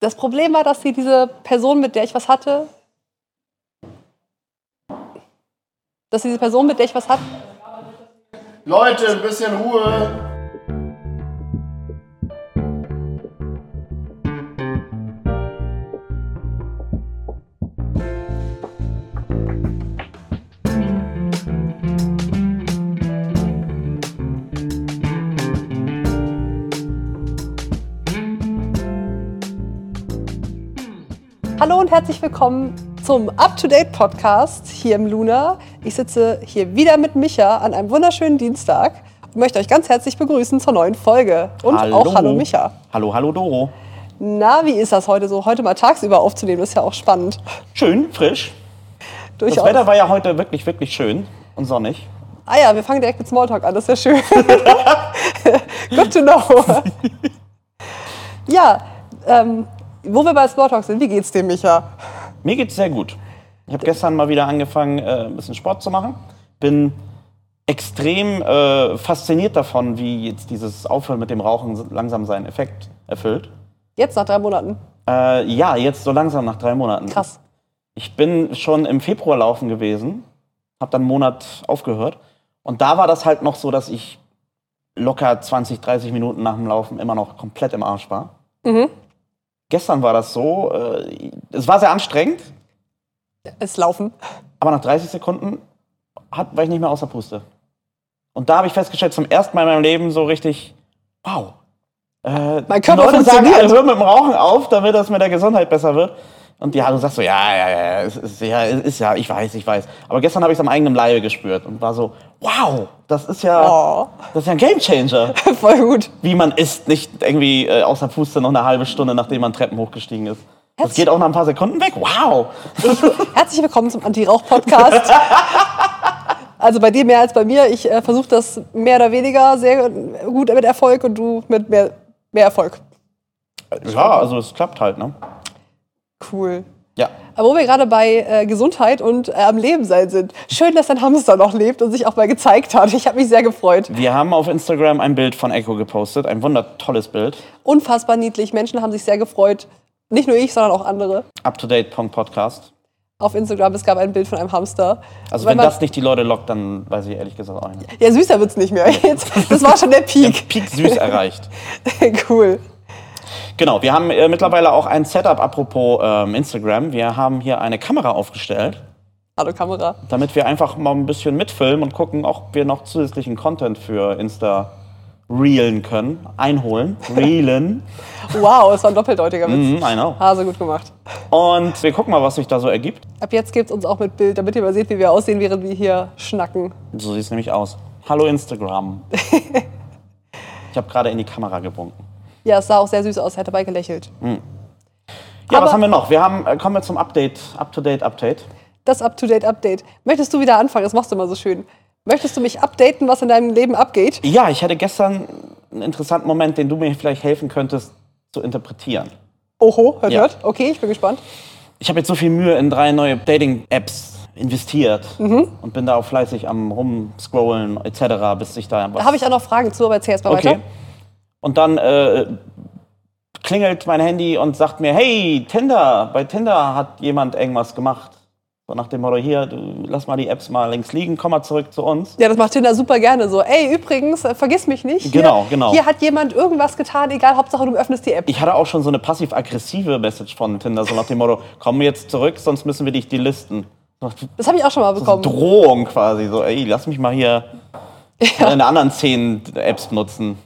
Das Problem war, dass sie diese Person, mit der ich was hatte, dass diese Person, mit der ich was hatte, Leute, ein bisschen Ruhe. Hallo und herzlich willkommen zum Up-to-Date-Podcast hier im Luna. Ich sitze hier wieder mit Micha an einem wunderschönen Dienstag und möchte euch ganz herzlich begrüßen zur neuen Folge. Und auch hallo Micha. Hallo, hallo Doro. Na, wie ist das heute so? Heute mal tagsüber aufzunehmen, ist ja auch spannend. Schön, frisch. Das Durchaus. Wetter war ja heute wirklich, wirklich schön und sonnig. Ah ja, wir fangen direkt mit Smalltalk an, das ist ja schön. Good to know. ja, ähm, wo wir bei Smalltalk sind, wie geht's dir, Micha? Mir geht's sehr gut. Ich habe gestern mal wieder angefangen, äh, ein bisschen Sport zu machen. Bin extrem äh, fasziniert davon, wie jetzt dieses Aufhören mit dem Rauchen langsam seinen Effekt erfüllt. Jetzt nach drei Monaten. Äh, ja, jetzt so langsam nach drei Monaten. Krass. Ich bin schon im Februar laufen gewesen, habe dann einen Monat aufgehört. Und da war das halt noch so, dass ich locker 20, 30 Minuten nach dem Laufen immer noch komplett im Arsch war. Gestern war das so, äh, es war sehr anstrengend, Es laufen. aber nach 30 Sekunden hat, war ich nicht mehr außer Puste. Und da habe ich festgestellt, zum ersten Mal in meinem Leben so richtig, wow. Äh, Mein Körper die Leute sagen, funktioniert. alle, hör mit dem Rauchen auf, damit das mit der Gesundheit besser wird. Und ja, du sagst so, ja, ja, ja, es ist ja, es ist ja, ich weiß, ich weiß. Aber gestern habe ich es am eigenen Leibe gespürt und war so, wow, das ist ja, Oh. das ist ja ein Gamechanger. Voll gut. Wie man isst, nicht irgendwie äh, außer Puste noch eine halbe Stunde, nachdem man Treppen hochgestiegen ist. Das Herzlich- geht auch nach ein paar Sekunden weg. Wow! Herzlich willkommen zum Anti-Rauch-Podcast. Also bei dir mehr als bei mir. Ich äh, versuche das mehr oder weniger sehr gut mit Erfolg und du mit mehr, mehr Erfolg. Ja, also es klappt halt, ne? Cool. Ja. Aber wo wir gerade bei äh, Gesundheit und äh, am Leben sein sind. Schön, dass dein Hamster noch lebt und sich auch mal gezeigt hat. Ich habe mich sehr gefreut. Wir haben auf Instagram ein Bild von Echo gepostet. Ein wundertolles Bild. Unfassbar niedlich. Menschen haben sich sehr gefreut. Nicht nur ich, sondern auch andere Up-to-date.podcast. auf Instagram. Es gab ein Bild von einem Hamster. Also Weil wenn man- das nicht die Leute lockt, dann weiß ich ehrlich gesagt auch nicht. ja, süßer wird's nicht mehr. Jetzt, das war schon der Peak. Peak süß erreicht. cool. Genau, wir haben äh, mittlerweile auch ein Setup, apropos ähm, Instagram. Wir haben hier eine Kamera aufgestellt, Hallo Kamera. damit wir einfach mal ein bisschen mitfilmen und gucken, ob wir noch zusätzlichen Content für Insta reelen können. Einholen. Reelen. Wow, es war ein doppeldeutiger Witz. Mhm, I know. Hase gut gemacht. Und wir gucken mal, was sich da so ergibt. Ab jetzt gibt's uns auch mit Bild, damit ihr mal seht, wie wir aussehen, während wir hier schnacken. So sieht es nämlich aus. Hallo Instagram. ich habe gerade in die Kamera gebunken. Ja, es sah auch sehr süß aus, er hat dabei gelächelt. Ja, Aber- was haben wir noch? Wir haben, äh, kommen wir zum Update, Up-to-Date-Update. Das Up-to-Date-Update. Möchtest du wieder anfangen? Das machst du immer so schön. Möchtest du mich updaten, was in deinem Leben abgeht? Ja, ich hatte gestern einen interessanten Moment, den du mir vielleicht helfen könntest zu interpretieren. Oho, hört, Ja. hört. Okay, ich bin gespannt. Ich habe jetzt so viel Mühe in drei neue Dating-Apps investiert Mhm. und bin da auch fleißig am rumscrollen etc., bis sich da was... Da habe ich auch noch Fragen zu, aber erzähl erst mal Okay. weiter. Und dann äh, klingelt mein Handy und sagt mir, hey, Tinder, bei Tinder hat jemand irgendwas gemacht. So nach dem Motto, hier, du, lass mal die Apps mal links liegen, komm mal zurück zu uns. Ja, das macht Tinder super gerne so. Ey, übrigens, äh, vergiss mich nicht. Genau, hier, genau. Hier hat jemand irgendwas getan, egal, Hauptsache du öffnest die App. Ich hatte auch schon so eine passiv-aggressive Message von Tinder, so nach dem Motto, komm jetzt zurück, sonst müssen wir dich delisten. So, Das habe ich auch schon mal bekommen. Drohung quasi, so, ey, lass mich mal hier in anderen zehn Apps nutzen.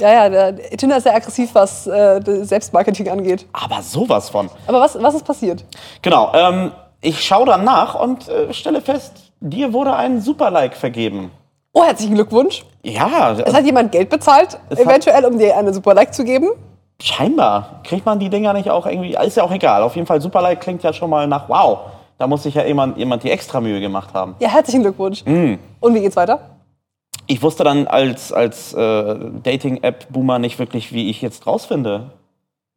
Ja, ja, der, Tinder ist sehr aggressiv, was äh, das Selbstmarketing angeht. Aber sowas von. Aber was, was ist passiert? Genau, ähm, ich schaue dann nach und äh, stelle fest, dir wurde ein Super-Like vergeben. Oh, herzlichen Glückwunsch. Ja, Es also hat jemand Geld bezahlt, Es hat- eventuell, um dir eine super Like zu geben. scheinbar kriegt man die Dinger nicht auch irgendwie, ist ja auch egal. Auf jeden Fall, Superlike klingt ja schon mal nach, wow, da muss sich ja jemand, jemand die extra Mühe gemacht haben. Ja, herzlichen Glückwunsch. Mm. Und wie geht's weiter? Ich wusste dann als, als äh, Dating-App-Boomer nicht wirklich, wie ich jetzt rausfinde,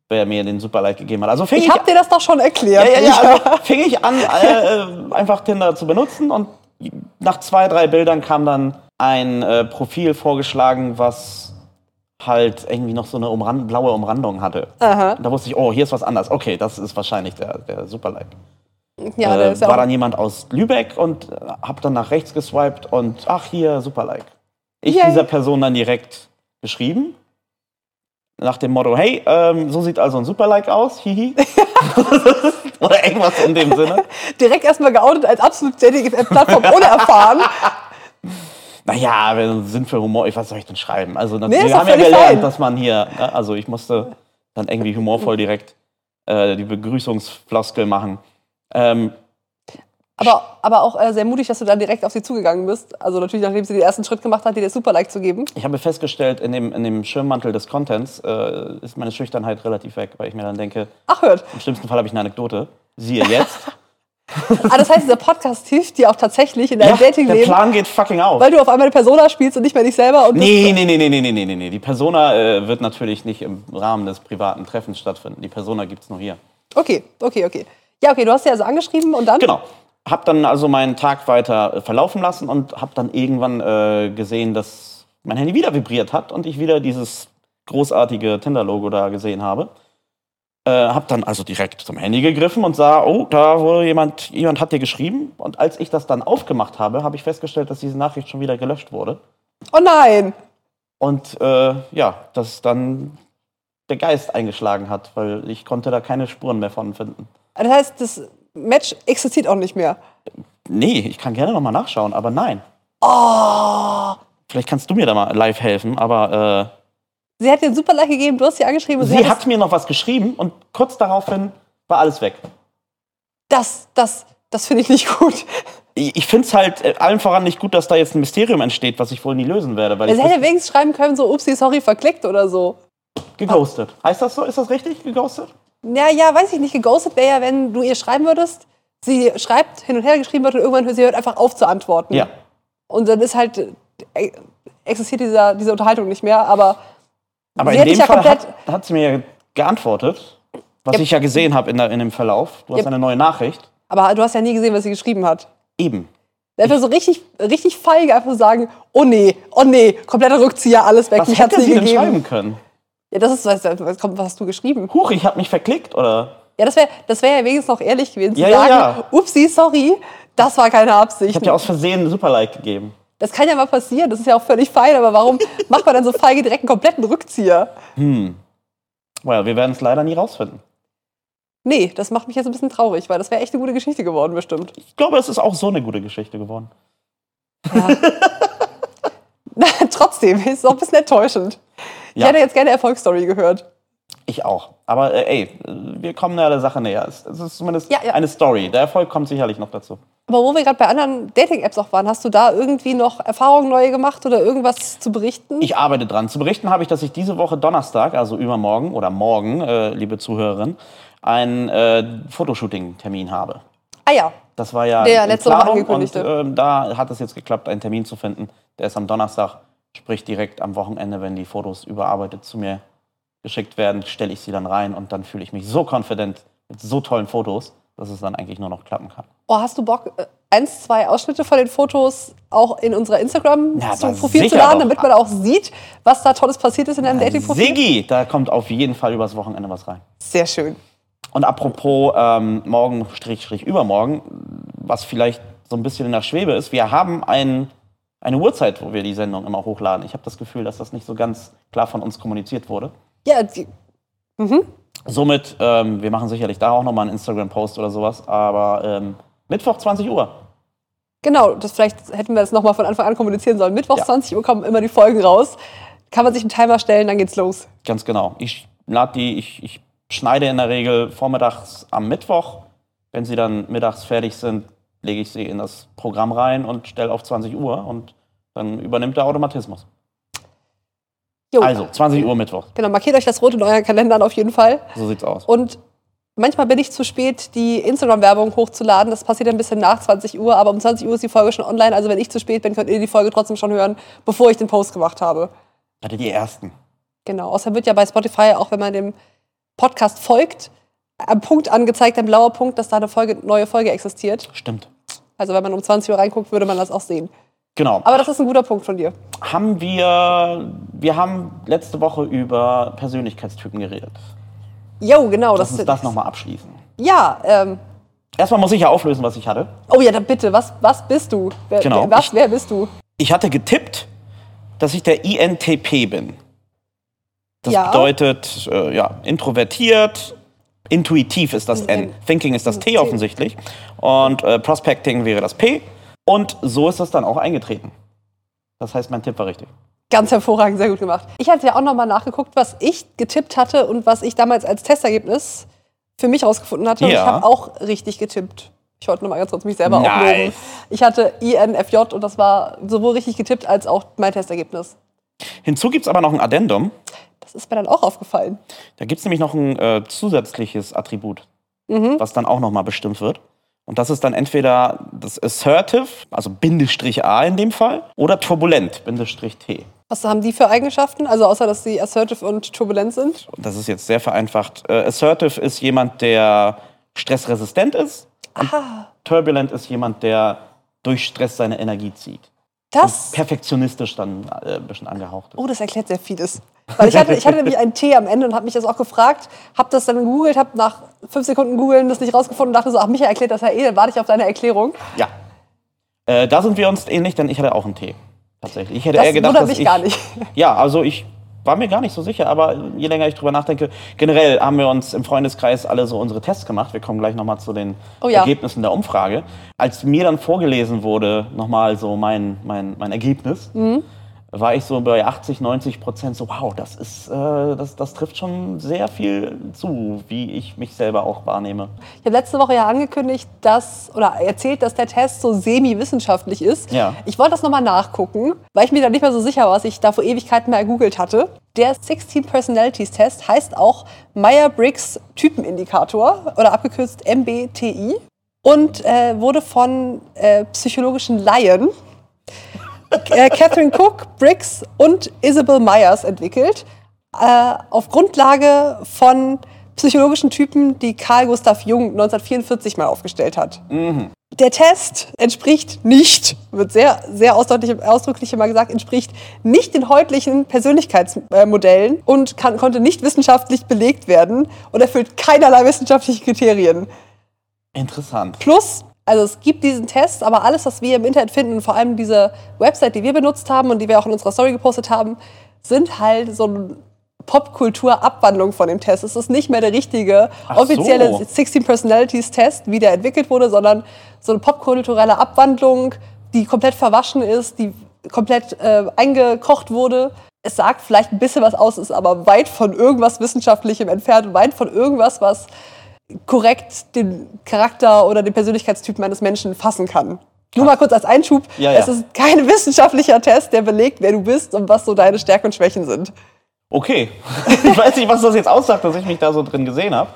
wer mir den Superlike gegeben hat. Also fing Ich ich, habe dir das doch schon erklärt. ja, ja, ja, also fing ich an, äh, äh, einfach Tinder zu benutzen und nach zwei, drei Bildern kam dann ein äh, Profil vorgeschlagen, was halt irgendwie noch so eine Umran blaue Umrandung hatte. Aha. Da wusste ich, oh, hier ist was anders. Okay, das ist wahrscheinlich der, der Superleib. Ja, äh, der ist ja war auch, dann jemand aus Lübeck und äh, hab dann nach rechts geswiped und ach hier, super like. Ich Yay. dieser Person dann direkt geschrieben. Nach dem Motto, hey, ähm, so sieht also ein Superlike aus, hihi. Oder irgendwas in dem Sinne. direkt erstmal geoutet als absolut Dating-Plattform ohne erfahren. Naja, wir sind für Humor, ich, was soll ich denn schreiben? Also, das, Nee, ist wir doch haben ja völlig gelernt, fein. dass man hier, ne, also ich musste dann irgendwie humorvoll direkt äh, die Begrüßungsfloskel machen. Ähm, Aber, aber auch äh, sehr mutig, dass du dann direkt auf sie zugegangen bist. Also natürlich, nachdem sie den ersten Schritt gemacht hat, dir das Super-Like zu geben. Ich habe festgestellt, in dem, in dem Schirmmantel des Contents äh, ist meine Schüchternheit relativ weg, weil ich mir dann denke, Ach, hört. im schlimmsten Fall habe ich eine Anekdote. Siehe jetzt. Ah, das heißt, dieser Podcast hilft dir auch tatsächlich in deinem Ja, der Dating-Leben, Plan geht fucking auf. weil du auf einmal eine Persona spielst und nicht mehr dich selber. Und Nee, nee, nee, nee, nee, nee, nee, nee, nee. Die Persona äh, wird natürlich nicht im Rahmen des privaten Treffens stattfinden. Die Persona gibt es nur hier. Okay, okay, okay. Ja, okay, du hast sie also angeschrieben und dann? Genau. Hab dann also meinen Tag weiter äh, verlaufen lassen und hab dann irgendwann äh, gesehen, dass mein Handy wieder vibriert hat und ich wieder dieses großartige Tinder-Logo da gesehen habe. Äh, hab dann also direkt zum Handy gegriffen und sah, oh, da wurde jemand, jemand hat dir geschrieben. Und als ich das dann aufgemacht habe, habe ich festgestellt, dass diese Nachricht schon wieder gelöscht wurde. Oh nein! Und äh, ja, dass dann der Geist eingeschlagen hat, weil ich konnte da keine Spuren mehr von finden. Das heißt, das Match existiert auch nicht mehr. Nee, ich kann gerne nochmal nachschauen, aber nein. Oh! Vielleicht kannst du mir da mal live helfen, aber Sie hat dir ein super Like gegeben, du hast sie angeschrieben äh, und sie hat hat mir noch was geschrieben und kurz daraufhin war alles weg. das, das, das finde ich nicht gut. Ich, ich finde es halt äh, allen voran nicht gut, dass da jetzt ein Mysterium entsteht, was ich wohl nie lösen werde, weil Sie ich hätte wenigstens schreiben können, so, upsi, sorry, verklickt oder so. geghostet. Heißt das so? Ist das richtig? Geghostet? Ja, ja, weiß ich nicht. Geghostet wäre ja, wenn du ihr schreiben würdest, sie schreibt, hin und her geschrieben wird und irgendwann hört sie hört einfach auf zu antworten. Ja. Und dann ist halt, äh, existiert dieser, diese Unterhaltung nicht mehr, aber Aber Sie in hätte dem ich ja Fall komplett- hat, hat sie mir geantwortet, was ich ja gesehen habe in, der- in dem Verlauf. Du hast Ja. eine neue Nachricht. Aber du hast ja nie gesehen, was sie geschrieben hat. Eben. Einfach so richtig, richtig feige, einfach sagen, oh nee, oh nee, kompletter Rückzieher, alles weg, Was mich hat's hätte nie sie denn gegeben. schreiben können? Ja, das ist, was, was, kommt, was hast du geschrieben? Huch, ich habe mich verklickt oder? Ja, das wäre das wär ja wenigstens noch ehrlich gewesen, zu Ja, ja, sagen, ja. upsi, sorry, das war keine Ich Absicht. habe dir aus Versehen ein Superlike gegeben. Das kann ja mal passieren, das ist ja auch völlig fein, aber warum macht man dann so feige direkt einen kompletten Rückzieher? Well, wir werden es leider nie rausfinden. Nee, das macht mich jetzt ein bisschen traurig, weil das wäre echt eine gute Geschichte geworden, bestimmt. Ich glaube, es ist auch so eine gute Geschichte geworden. Na, Trotzdem, ist auch ein bisschen enttäuschend. Ich Ja. hätte jetzt gerne eine Erfolgsstory gehört. Ich auch. Aber äh, ey, wir kommen ja der Sache näher. Es, es ist zumindest Ja, ja. eine Story. Der Erfolg kommt sicherlich noch dazu. Aber wo wir gerade bei anderen Dating-Apps auch waren, hast du da irgendwie noch Erfahrungen neue gemacht oder irgendwas zu berichten? Ich arbeite dran. Zu berichten habe ich, dass ich diese Woche Donnerstag, also übermorgen oder morgen, äh, liebe Zuhörerin, einen äh, Fotoshooting-Termin habe. ah ja, Das war ja Der in letzte Woche Planung und angekündigte. ähm, da hat es jetzt geklappt, einen Termin zu finden. Der ist am Donnerstag, sprich direkt am Wochenende, wenn die Fotos überarbeitet zu mir geschickt werden, stelle ich sie dann rein und dann fühle ich mich so confident mit so tollen Fotos, dass es dann eigentlich nur noch klappen kann. oh, hast du Bock, äh, eins, zwei Ausschnitte von den Fotos auch in unserer Na, aber Instagram-Profil zu sicher laden, doch. damit man auch sieht, was da Tolles passiert ist in deinem Dating-Profil? Siggi, Also da kommt auf jeden Fall übers Wochenende was rein. Sehr schön. Und apropos ähm, morgen, Strich, Strich, übermorgen, was vielleicht so ein bisschen in der Schwebe ist, wir haben ein, eine Uhrzeit, wo wir die Sendung immer hochladen. Ich habe das Gefühl, dass das nicht so ganz klar von uns kommuniziert wurde. Ja, die, Somit, ähm, wir machen sicherlich da auch nochmal einen Instagram-Post oder sowas, aber ähm, Mittwoch 20 Uhr. Genau, das vielleicht hätten wir das nochmal von Anfang an kommunizieren sollen. Mittwochs Ja. 20 Uhr kommen immer die Folgen raus. Kann man sich einen Timer stellen, dann geht's los. Ganz genau. Ich lade die, ich, ich schneide in der Regel vormittags am Mittwoch. Wenn sie dann mittags fertig sind, lege ich sie in das Programm rein und stelle auf 20 Uhr und dann übernimmt der Automatismus. Jo. Also, 20 Uhr Mittwoch. Genau, markiert euch das rot in euren Kalendern auf jeden Fall. So sieht's aus. Und manchmal bin ich zu spät, die Instagram-Werbung hochzuladen. Das passiert ein bisschen nach 20 Uhr, aber um 20 Uhr ist die Folge schon online. Also wenn ich zu spät bin, könnt ihr die Folge trotzdem schon hören, bevor ich den Post gemacht habe. Hatte die ersten. Genau. Außerdem wird ja bei Spotify, auch wenn man dem Podcast folgt, am Punkt angezeigt, ein blauer Punkt, dass da eine Folge, neue Folge existiert. Stimmt. Also wenn man um 20 Uhr reinguckt, würde man das auch sehen. Genau. Aber das ist ein guter Punkt von dir. haben wir, wir haben letzte Woche über Persönlichkeitstypen geredet. Jo, genau. Lass Oh, das uns das nochmal abschließen. Ja, ähm, Erstmal muss ich ja auflösen, was ich hatte. oh ja, dann bitte, was, was bist du? Wer, Genau. wer, was, wer bist du? Ich hatte getippt, dass ich der INTP bin. Das Ja. bedeutet, äh, ja, introvertiert, intuitiv ist das N, Thinking ist das T offensichtlich und äh, Prospecting wäre das P. Und so ist das dann auch eingetreten. Das heißt, mein Tipp war richtig. Ganz hervorragend, sehr gut gemacht. Ich hatte ja auch nochmal nachgeguckt, was ich getippt hatte und was ich damals als Testergebnis für mich rausgefunden hatte. Und Ja. ich habe auch richtig getippt. Ich wollte nochmal ganz kurz mich selber auch loben. Nice. Ich hatte INFJ und das war sowohl richtig getippt als auch mein Testergebnis. Hinzu gibt es aber noch ein Addendum. Das ist mir dann auch aufgefallen. Da gibt es nämlich noch ein äh, zusätzliches Attribut, was dann auch nochmal bestimmt wird. Und das ist dann entweder das Assertive, also Bindestrich A in dem Fall, oder turbulent, Bindestrich T. Was haben die für Eigenschaften? Also außer, dass sie assertive und turbulent sind. Und das ist jetzt sehr vereinfacht. Äh, assertive ist jemand, der stressresistent ist. Ah, Turbulent ist jemand, der durch Stress seine Energie zieht. das... Perfektionistisch dann äh, ein bisschen angehaucht ist. Oh, das erklärt sehr vieles. Weil ich hatte, ich hatte nämlich einen T am Ende und habe mich das auch gefragt, habe das dann gegoogelt, habe nach fünf Sekunden googeln das nicht rausgefunden und dachte so, ach, Micha erklärt das ja eh, dann warte ich auf deine Erklärung. Ja. Äh, da sind wir uns ähnlich, denn ich hatte auch einen Tee. Tatsächlich. Ich hätte Das eher gedacht, wundert dass mich ich, gar nicht. Ja, also ich war mir gar nicht so sicher, aber je länger ich drüber nachdenke, generell haben wir uns im Freundeskreis alle so unsere Tests gemacht. Wir kommen gleich nochmal zu den Oh ja. Ergebnissen der Umfrage. Als mir dann vorgelesen wurde, nochmal so mein, mein, mein Ergebnis, Mhm. war ich so bei 80, 90 Prozent so, wow, das ist, äh, das, das trifft schon sehr viel zu, wie ich mich selber auch wahrnehme. Ich habe letzte Woche ja angekündigt, dass, oder erzählt, dass der Test so semi-wissenschaftlich ist. Ja. Ich wollte das nochmal nachgucken, weil ich mir da nicht mehr so sicher war, was ich da vor Ewigkeiten mal gegoogelt hatte. Der 16 Personalities Test heißt auch Meyer-Briggs Typenindikator oder abgekürzt MBTI und äh, wurde von äh, psychologischen Laien äh, Catherine Cook, Briggs und Isabel Myers entwickelt. Äh, auf Grundlage von psychologischen Typen, die Carl Gustav Jung 1944 mal aufgestellt hat. Der Test entspricht nicht, wird sehr, sehr ausdrücklich, ausdrücklich immer gesagt, entspricht nicht den heutlichen Persönlichkeitsmodellen und kann, konnte nicht wissenschaftlich belegt werden und erfüllt keinerlei wissenschaftliche Kriterien. Interessant. Plus, also es gibt diesen Test, aber alles, was wir im Internet finden, und vor allem diese Website, die wir benutzt haben und die wir auch in unserer Story gepostet haben, sind halt so eine Popkultur-Abwandlung von dem Test. Es ist nicht mehr der richtige Ach offizielle so. 16 Personalities Test, wie der entwickelt wurde, sondern so eine popkulturelle Abwandlung, die komplett verwaschen ist, die komplett äh, eingekocht wurde. Es sagt vielleicht ein bisschen was aus, ist aber weit von irgendwas Wissenschaftlichem entfernt, und weit von irgendwas, was korrekt den Charakter oder den Persönlichkeitstyp meines Menschen fassen kann. Nur mal kurz als Einschub, Ja, ja. es ist kein wissenschaftlicher Test, der belegt, wer du bist und was so deine Stärken und Schwächen sind. Okay. ich weiß nicht, was das jetzt aussagt, dass ich mich da so drin gesehen habe.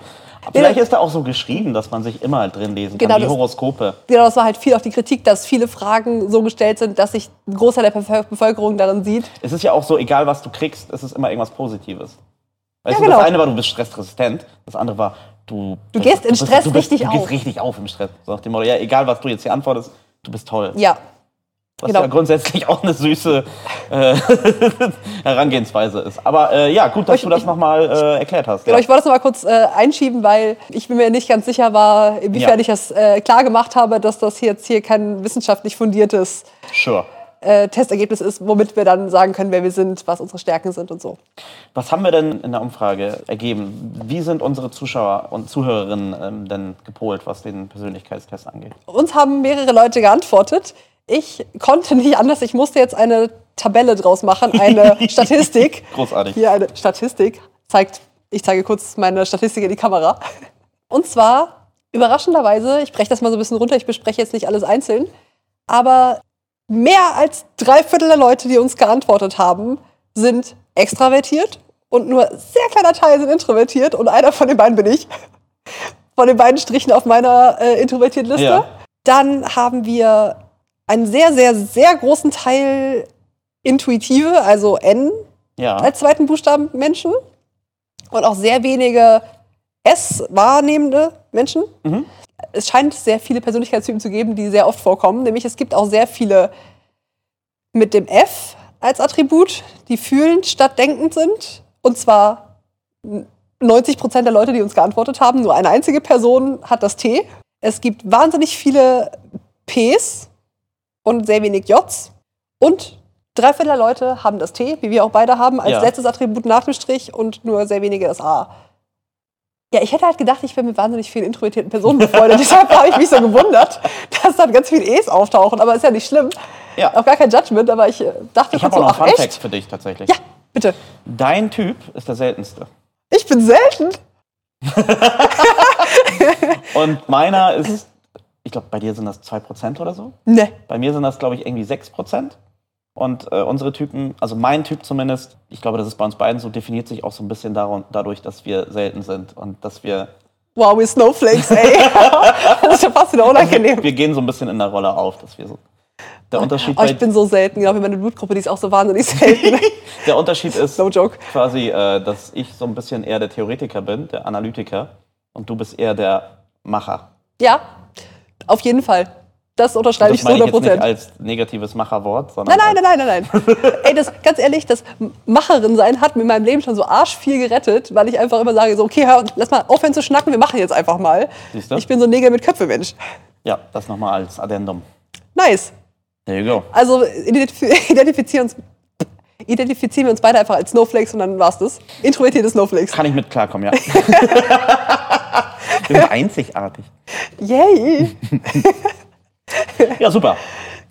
Vielleicht ist da auch so geschrieben, dass man sich immer drin lesen Genau, kann, die das- Horoskope. Genau, das war halt viel auch die Kritik, dass viele Fragen so gestellt sind, dass sich ein Großteil der Bevölker- Bevölkerung darin sieht. Es ist ja auch so, egal was du kriegst, es ist immer irgendwas Positives. Ja, Weißt du, genau. das eine war, du bist stressresistent, das andere war, du... Du gehst in Stress richtig du auf. gehst richtig auf im Stress. So nach dem Motto, ja, egal was du jetzt hier antwortest, du bist toll. Ja, was genau. ja grundsätzlich auch eine süße äh, Herangehensweise ist. Aber äh, ja, gut, dass Ich- du das ich- nochmal äh, erklärt hast. genau. ja. Ich wollte das noch mal kurz äh, einschieben, weil ich mir nicht ganz sicher war, inwiefern Ja. ich das äh, klar gemacht habe, dass das hier jetzt hier kein wissenschaftlich fundiertes Sure. äh, Testergebnis ist, womit wir dann sagen können, wer wir sind, was unsere Stärken sind und so. Was haben wir denn in der Umfrage ergeben? Wie sind unsere Zuschauer und Zuhörerinnen ähm, denn gepolt, was den Persönlichkeitstest angeht? Uns haben mehrere Leute geantwortet. Ich konnte nicht anders. Ich musste jetzt eine Tabelle draus machen, eine Statistik. Großartig. Hier eine Statistik zeigt, ich zeige kurz meine Statistik in die Kamera. Und zwar überraschenderweise, ich breche das mal so ein bisschen runter, ich bespreche jetzt nicht alles einzeln, aber mehr als drei Viertel der Leute, die uns geantwortet haben, sind extravertiert und nur sehr kleiner Teil sind introvertiert und einer von den beiden bin ich. Von den beiden Strichen auf meiner äh, introvertierten Liste. Ja. Dann haben wir einen sehr, sehr, sehr großen Teil intuitive, also N Ja. als zweiten Buchstaben Menschen und auch sehr wenige S-wahrnehmende Menschen. Es scheint sehr viele Persönlichkeitstypen zu geben, die sehr oft vorkommen. Nämlich es gibt auch sehr viele mit dem F als Attribut, die fühlend statt denkend sind. Und zwar 90 Prozent der Leute, die uns geantwortet haben, nur eine einzige Person hat das T. Es gibt wahnsinnig viele Ps und sehr wenig Js. Und drei Viertel der Leute haben das T, wie wir auch beide haben, als Ja. letztes Attribut nach dem Strich und nur sehr wenige das A. Ja, ich hätte halt gedacht, ich bin mit wahnsinnig vielen introvertierten Personen befreundet. Deshalb habe ich mich so gewundert, dass dann ganz viele E's auftauchen. Aber ist ja nicht schlimm. Ja. Auch gar kein Judgment, aber ich äh, dachte Ich habe kurz auch noch so, einen ach Funfact echt? für dich tatsächlich. Ja, bitte. Dein Typ ist der seltenste. Ich bin selten. Und meiner Äh, ist, ich glaube, bei dir sind das 2% oder so. Ne. Bei mir sind das, glaube ich, irgendwie 6%. Und äh, unsere Typen, also mein Typ zumindest, ich glaube, das ist bei uns beiden so, definiert sich auch so ein bisschen darun, dadurch, dass wir selten sind und dass wir, Wow, wir Snowflakes, ey. das ist ja fast wieder unangenehm. wir gehen so ein bisschen in der Rolle auf, dass wir so. Der Unterschied, Genau. Oh, bei, ich bin so selten, genau wie meine Blutgruppe, die ist auch so wahnsinnig selten. der Unterschied ist No joke. quasi, äh, dass ich so ein bisschen eher der Theoretiker bin, der Analytiker, und du bist eher der Macher. Ja, auf jeden Fall. Das unterschreibe Also Das ich 100 meine ich jetzt nicht Prozent. als negatives Macherwort, sondern Nein, nein, nein, nein, nein, nein. Ey, das, ganz ehrlich, das Macherin sein hat mir in meinem Leben schon so arschviel gerettet, weil ich einfach immer sage, so, okay, hör, lass mal aufhören zu schnacken, wir machen jetzt einfach mal. Siehst du? Ich bin so ein Nägel mit Köpfe, Mensch. Ja, das nochmal als Addendum. Nice. There you go. Also identif- identifizieren, uns, identifizieren wir uns beide einfach als Snowflakes und dann war's das. Introvertierte Snowflakes. Kann ich mit klarkommen, ja. Wir sind einzigartig. Yay. Ja, super.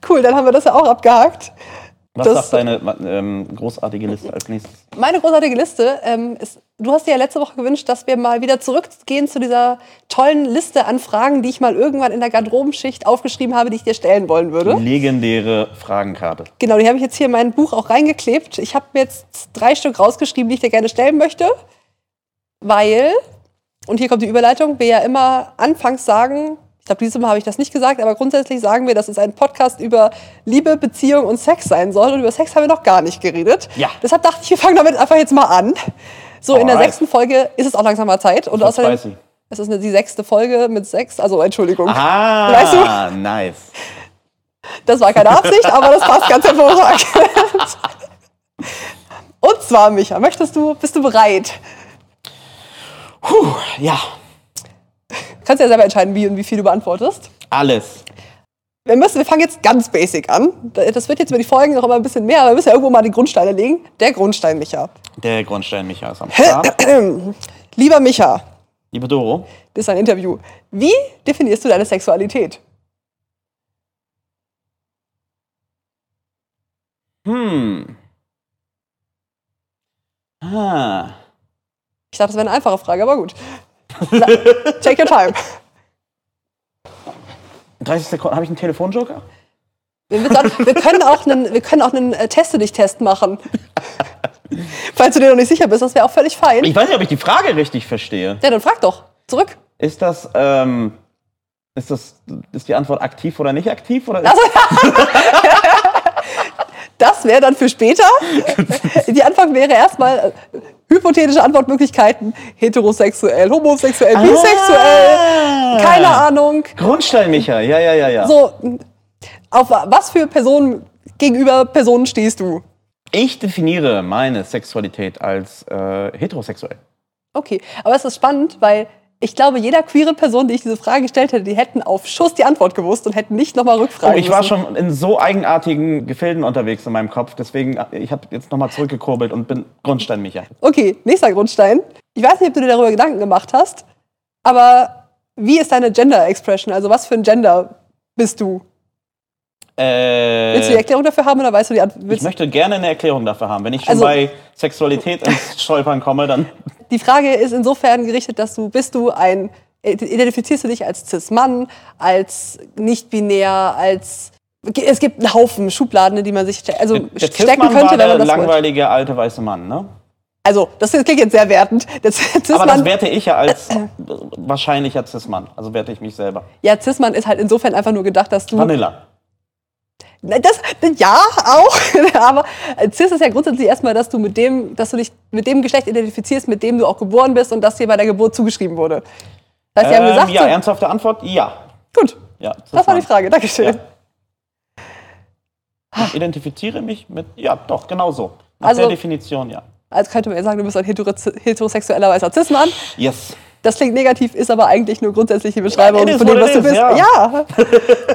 Cool, dann haben wir das ja auch abgehakt. Was Das- sagt deine ähm, großartige Liste als nächstes? Meine großartige Liste ähm, ist, du hast dir ja letzte Woche gewünscht, dass wir mal wieder zurückgehen zu dieser tollen Liste an Fragen, die ich mal irgendwann in der Garderobenschicht aufgeschrieben habe, die ich dir stellen wollen würde. Legendäre Fragenkarte. Genau, die habe ich jetzt hier in mein Buch auch reingeklebt. Ich habe mir jetzt drei Stück rausgeschrieben, die ich dir gerne stellen möchte, weil, und hier kommt die Überleitung, wir ja immer anfangs sagen, ich glaube, dieses Mal habe ich das nicht gesagt, aber grundsätzlich sagen wir, dass es ein Podcast über Liebe, Beziehung und Sex sein soll. Und über Sex haben wir noch gar nicht geredet. Ja. Deshalb dachte ich, wir fangen damit einfach jetzt mal an. So, in der Alright. sechsten Folge ist es auch langsam mal Zeit. Und Das außerdem, weiß ich. es ist eine, die sechste Folge mit sechs, also Entschuldigung. Ah, Weißt nice. Das war keine Absicht, aber das passt ganz hervorragend. Und zwar, Micha, möchtest du, bist du bereit? Puh, ja, Kannst ja selber entscheiden, wie und wie viel du beantwortest. alles. Wir, müssen, wir fangen jetzt ganz basic an. Das wird jetzt über die Folgen noch immer ein bisschen mehr, aber wir müssen ja irgendwo mal die Grundsteine legen. Der Grundstein, Micha. Der Grundstein, Micha, ist am Start. Lieber Micha, Liebe Doro, das ist ein Interview. Wie definierst du deine Sexualität? hm. Ah. Ich dachte, das wäre eine einfache Frage, aber gut. Na, Take your time. 30 Sekunden, habe ich einen Telefonjoker? Wir, wir sollten- wir können auch einen, wir können auch einen äh, Teste dich Test machen. Falls du dir noch nicht sicher bist, das wäre auch völlig fein. Ich weiß nicht, ob ich die Frage richtig verstehe. ja, dann frag doch. Zurück. Ist das, ähm, ist das, ist die Antwort aktiv oder nicht aktiv? Oder ist Also, das wäre dann für später. Die Anfang wäre erstmal äh, hypothetische Antwortmöglichkeiten. Heterosexuell, homosexuell, bisexuell, keine Ahnung. Grundstein, Micha, ja, ja, ja, ja. So, auf was für Personen gegenüber Personen stehst du? Ich definiere meine Sexualität als äh, heterosexuell. Okay, aber es ist spannend, weil ich glaube, jeder queere Person, die ich diese Frage gestellt hätte, die hätten auf Schuss die Antwort gewusst und hätten nicht nochmal Oh, rückfragen ich war müssen. schon in so eigenartigen Gefilden unterwegs in meinem Kopf, deswegen, äh, ich habe jetzt nochmal zurückgekurbelt und bin Grundstein, Micha. Okay, nächster Grundstein. Ich weiß nicht, ob du dir darüber Gedanken gemacht hast, aber wie ist deine Gender Expression? Also was für ein Gender bist du? Willst du die Äh, Erklärung dafür haben oder weißt du die Ant- ich willst, möchte gerne eine Erklärung dafür haben. Wenn ich schon Also- bei Sexualität ins Stolpern komme, dann Die Frage ist insofern gerichtet, dass du bist du ein identifizierst du dich als cis Mann, als nicht binär, als es gibt einen Haufen Schubladen, in die man sich ste- also der stecken Tippmann war könnte, wenn der man das wollte. langweilige alte weiße Mann, ne? Also, das klingt jetzt sehr wertend. Der Aber das Cis-Mann werte ich ja als Äh, wahrscheinlicher Cis-Mann. Also werte ich mich selber. ja, Cis Mann ist halt insofern einfach nur gedacht, dass du. Vanilla. Na, Das, ja, auch. Aber Cis ist ja grundsätzlich erstmal, dass du mit dem, dass du dich mit dem Geschlecht identifizierst, mit dem du auch geboren bist und das dir bei der Geburt zugeschrieben wurde. Das heißt, sie haben Ähm, gesagt, ja, so, ernsthafte Antwort? Ja. gut, ja das war die Cis-Mann. Frage, Dankeschön. Ja. Ich identifiziere mich mit, ja, doch, genau so. Nach Ah. Also- der Definition, ja. Also könnte man ja sagen, du bist ein heterose- heterosexueller weißer Cis-Mann. Yes. Das klingt negativ, ist aber eigentlich nur grundsätzliche Beschreibung it is von dem, what was it du is, bist. ja.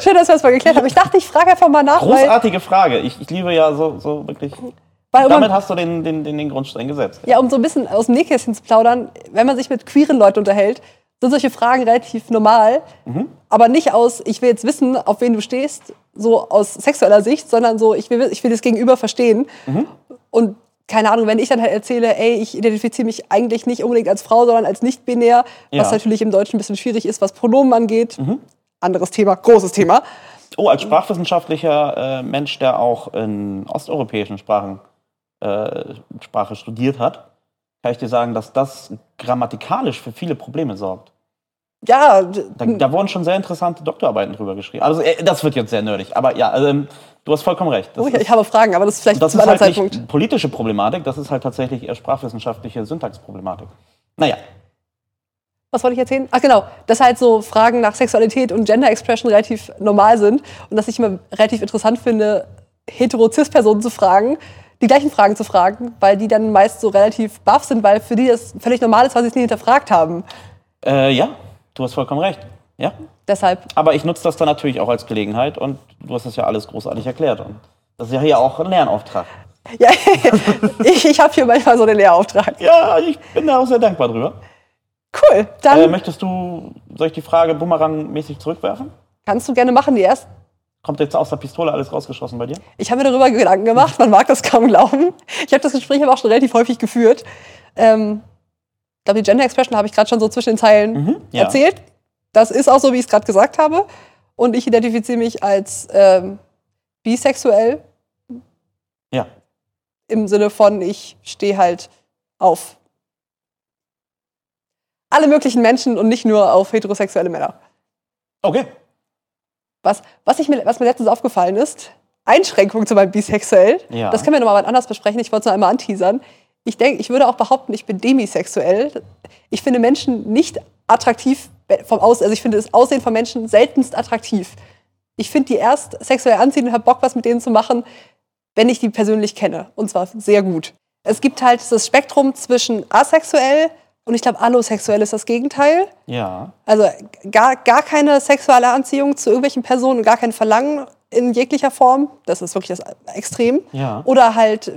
Schön, dass wir das mal geklärt haben. Ich dachte, ich frage einfach mal nach, weil, Großartige Frage. Ich, ich liebe ja so, so wirklich. weil um, Damit hast du den, den, den, den Grundstein gesetzt. ja, um so ein bisschen aus dem Nähkästchen zu plaudern, wenn man sich mit queeren Leuten unterhält, sind solche Fragen relativ normal, aber nicht aus, ich will jetzt wissen, auf wen du stehst, so aus sexueller Sicht, sondern so, ich will, ich will das Gegenüber verstehen. Und keine Ahnung, wenn ich dann halt erzähle, ey, ich identifiziere mich eigentlich nicht unbedingt als Frau, sondern als nicht-binär, was Ja. natürlich im Deutschen ein bisschen schwierig ist, was Pronomen angeht. Anderes Thema, großes Thema. Oh, als sprachwissenschaftlicher äh, Mensch, der auch in osteuropäischen Sprachen äh, Sprache studiert hat, kann ich dir sagen, dass das grammatikalisch für viele Probleme sorgt. Ja, Da, Hm. da wurden schon sehr interessante Doktorarbeiten drüber geschrieben. Also äh, das wird jetzt sehr nerdig, aber ja, also, ähm, du hast vollkommen recht. Das oh, ich, ist- ich habe Fragen, aber das ist vielleicht das zu ist einem halt Zeitpunkt. nicht politische Problematik, das ist halt tatsächlich eher sprachwissenschaftliche Syntaxproblematik. Naja, was wollte ich erzählen? Ach genau, dass halt so Fragen nach Sexualität und Gender Expression relativ normal sind und dass ich immer relativ interessant finde, hetero-cis-Personen zu fragen, die gleichen Fragen zu fragen, weil die dann meist so relativ baff sind, weil für die das völlig normal ist, weil sie es nie hinterfragt haben. äh, ja, du hast vollkommen recht. Ja, Deshalb, aber ich nutze das dann natürlich auch als Gelegenheit und du hast das ja alles großartig erklärt. Und das ist ja hier auch ein Lernauftrag. ja, ich, ich habe hier manchmal so einen Lehrauftrag. Ja, also ich bin da auch sehr dankbar drüber. Cool, dann Äh, möchtest du, soll ich die Frage bumerangmäßig zurückwerfen? kannst du gerne machen, die erst. Kommt jetzt aus der Pistole alles rausgeschossen bei dir? Ich habe mir darüber Gedanken gemacht, man mag das kaum glauben. Ich habe das Gespräch aber auch schon relativ häufig geführt. Ähm, ich glaube, die Gender Expression habe ich gerade schon so zwischen den Zeilen Ja. erzählt. Das ist auch so, wie ich es gerade gesagt habe. Und ich identifiziere mich als ähm, bisexuell Ja. im Sinne von, ich stehe halt auf alle möglichen Menschen und nicht nur auf heterosexuelle Männer. Okay. Was, was, ich mir, was mir letztens aufgefallen ist, Einschränkung zu meinem Bisexuell, Ja. das können wir nochmal anders besprechen, ich wollte es nur einmal anteasern. Ich denke, ich würde auch behaupten, ich bin demisexuell. Ich finde Menschen nicht attraktiv vom Aussehen, also ich finde das Aussehen von Menschen seltenst attraktiv. Ich finde die erst sexuell anziehend und habe Bock, was mit denen zu machen, wenn ich die persönlich kenne. Und zwar sehr gut. Es gibt halt das Spektrum zwischen asexuell und ich glaube, allosexuell ist das Gegenteil. Ja. Also gar, gar keine sexuelle Anziehung zu irgendwelchen Personen, gar kein Verlangen in jeglicher Form. Das ist wirklich das Extrem. Ja. Oder halt,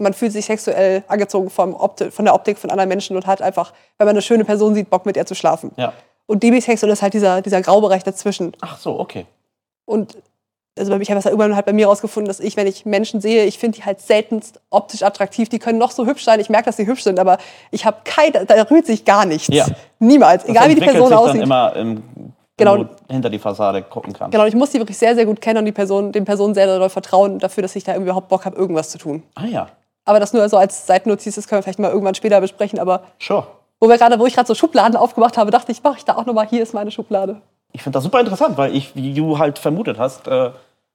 man fühlt sich sexuell angezogen vom Opti von der Optik von anderen Menschen und hat einfach, wenn man eine schöne Person sieht, Bock mit ihr zu schlafen. Ja. Und demisexuell ist halt dieser, dieser Graubereich dazwischen. Ach so, okay. Und also bei- ich habe es halt irgendwann halt bei mir rausgefunden, dass ich, wenn ich Menschen sehe, ich finde die halt seltenst optisch attraktiv. Die können noch so hübsch sein, ich merke, dass sie hübsch sind, aber ich habe kein, da, da rührt sich gar nichts. Ja. Niemals, egal wie die entwickelt Person sich aussieht. Dann immer, ähm, Genau. wenn du hinter die Fassade gucken kann. Genau, und ich muss die wirklich sehr, sehr gut kennen und die Person, den Personen sehr, sehr doll vertrauen dafür, dass ich da irgendwie überhaupt Bock habe, irgendwas zu tun. Ah ja, Aber das nur so als Seitennotiz, das können wir vielleicht mal irgendwann später besprechen. Aber sure. wo wir gerade, wo ich gerade so Schubladen aufgemacht habe, dachte ich, mache ich da auch nochmal, hier ist meine Schublade. Ich finde das super interessant, weil ich, wie du halt vermutet hast, äh,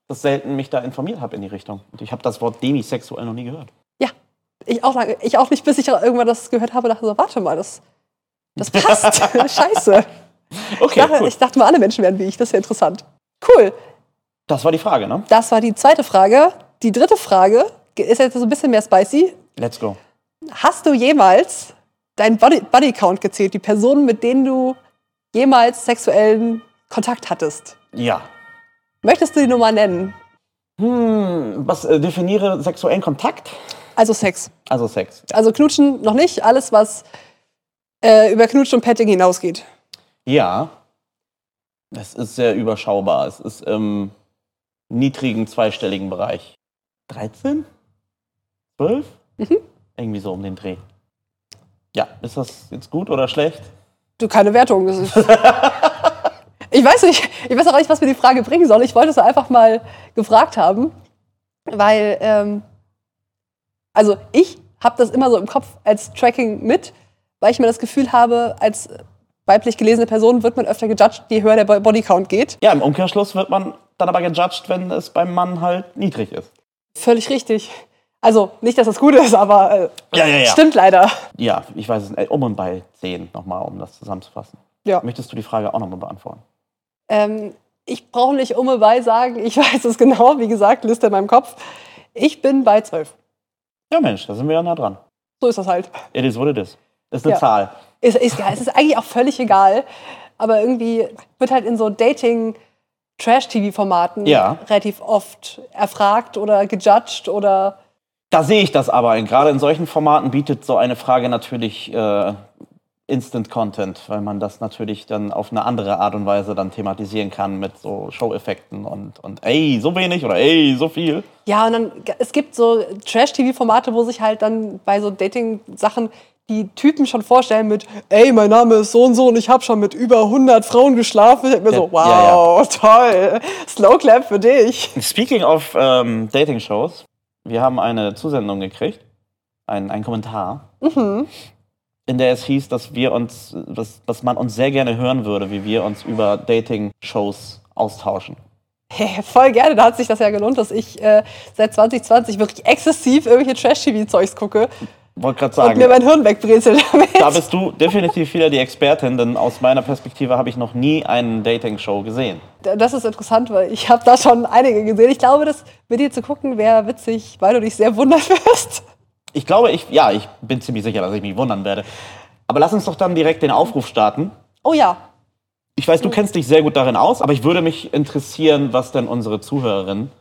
das selten mich da informiert habe in die Richtung. Und ich habe das Wort demisexuell noch nie gehört. Ja, ich auch lange, ich auch nicht, bis ich irgendwann das gehört habe, dachte so, warte mal, das, das passt. Scheiße. Ich Okay, dachte, cool. ich dachte mal, alle Menschen werden wie ich, das ist ja interessant. Cool. Das war die Frage, ne? Das war die zweite Frage. Die dritte Frage ist jetzt so ein bisschen mehr spicy. Let's go. Hast du jemals deinen Body, Bodycount gezählt? Die Personen, mit denen du jemals sexuellen Kontakt hattest? Ja. Möchtest du die Nummer nennen? Hm, was äh, definiere sexuellen Kontakt? Also Sex. Also Sex. Also Knutschen noch nicht. Alles, was äh, über Knutschen und Petting hinausgeht. Ja. Das ist sehr überschaubar. Es ist im niedrigen zweistelligen Bereich. 13? 12? Irgendwie so um den Dreh. Ja, ist das jetzt gut oder schlecht? Du, keine Wertung. Das ist ich weiß nicht, ich weiß auch nicht, was mir die Frage bringen soll. Ich wollte es einfach mal gefragt haben, weil, ähm, also ich habe das immer so im Kopf als Tracking mit, weil ich mir das Gefühl habe, als weiblich gelesene Person wird man öfter gejudged, je höher der Bo- Bodycount geht. Ja, im Umkehrschluss wird man dann aber gejudged, wenn es beim Mann halt niedrig ist. Völlig richtig. Also nicht, dass das gut ist, aber äh, Ja, ja, ja. stimmt leider. Ja, ich weiß es nicht. Um und bei 10 nochmal, um das zusammenzufassen. Ja. Möchtest du die Frage auch nochmal beantworten? Ähm, Ich brauche nicht um und bei sagen, ich weiß es genau, wie gesagt, Liste in meinem Kopf. Ich bin bei 12. Ja, Mensch, da sind wir ja nah dran. So ist das halt. It is what it is. Das ist eine Ja. Zahl. Ist, ist, ja, es ist eigentlich auch völlig egal. Aber irgendwie wird halt in so Dating-Trash-TV-Formaten Ja. relativ oft erfragt oder gejudged oder Da sehe ich das aber. Gerade in solchen Formaten bietet so eine Frage natürlich äh, Instant Content, weil man das natürlich dann auf eine andere Art und Weise dann thematisieren kann mit so Show-Effekten und, und ey, so wenig oder ey, so viel. Ja, und dann, es gibt so Trash-TV-Formate, wo sich halt dann bei so Dating-Sachen die Typen schon vorstellen mit, ey, mein Name ist so und so und ich habe schon mit über 100 Frauen geschlafen. Ich denk mir Ja, so, wow, ja, toll, Slow Clap für dich. Speaking of ähm, Dating-Shows, wir haben eine Zusendung gekriegt, ein, ein Kommentar, in der es hieß, dass wir uns, dass, dass man uns sehr gerne hören würde, wie wir uns über Dating-Shows austauschen. Hey, voll gerne, da hat sich das ja gelohnt, dass ich äh, seit 2020 wirklich exzessiv irgendwelche Trash-TV-Zeugs gucke Wollte gerade und mir sagen, mein Hirn wegbrezelt damit. da bist du definitiv wieder die Expertin, denn aus meiner Perspektive habe ich noch nie eine Dating-Show gesehen. Das ist interessant, weil ich habe da schon einige gesehen. Ich glaube, das mit dir zu gucken wäre witzig, weil du dich sehr wundern wirst. Ich glaube, ich, ja, ich bin ziemlich sicher, dass ich mich wundern werde. Aber lass uns doch dann direkt den Aufruf starten. Oh ja, Ich weiß, du kennst dich sehr gut darin aus, aber ich würde mich interessieren, was denn unsere Zuhörerinnen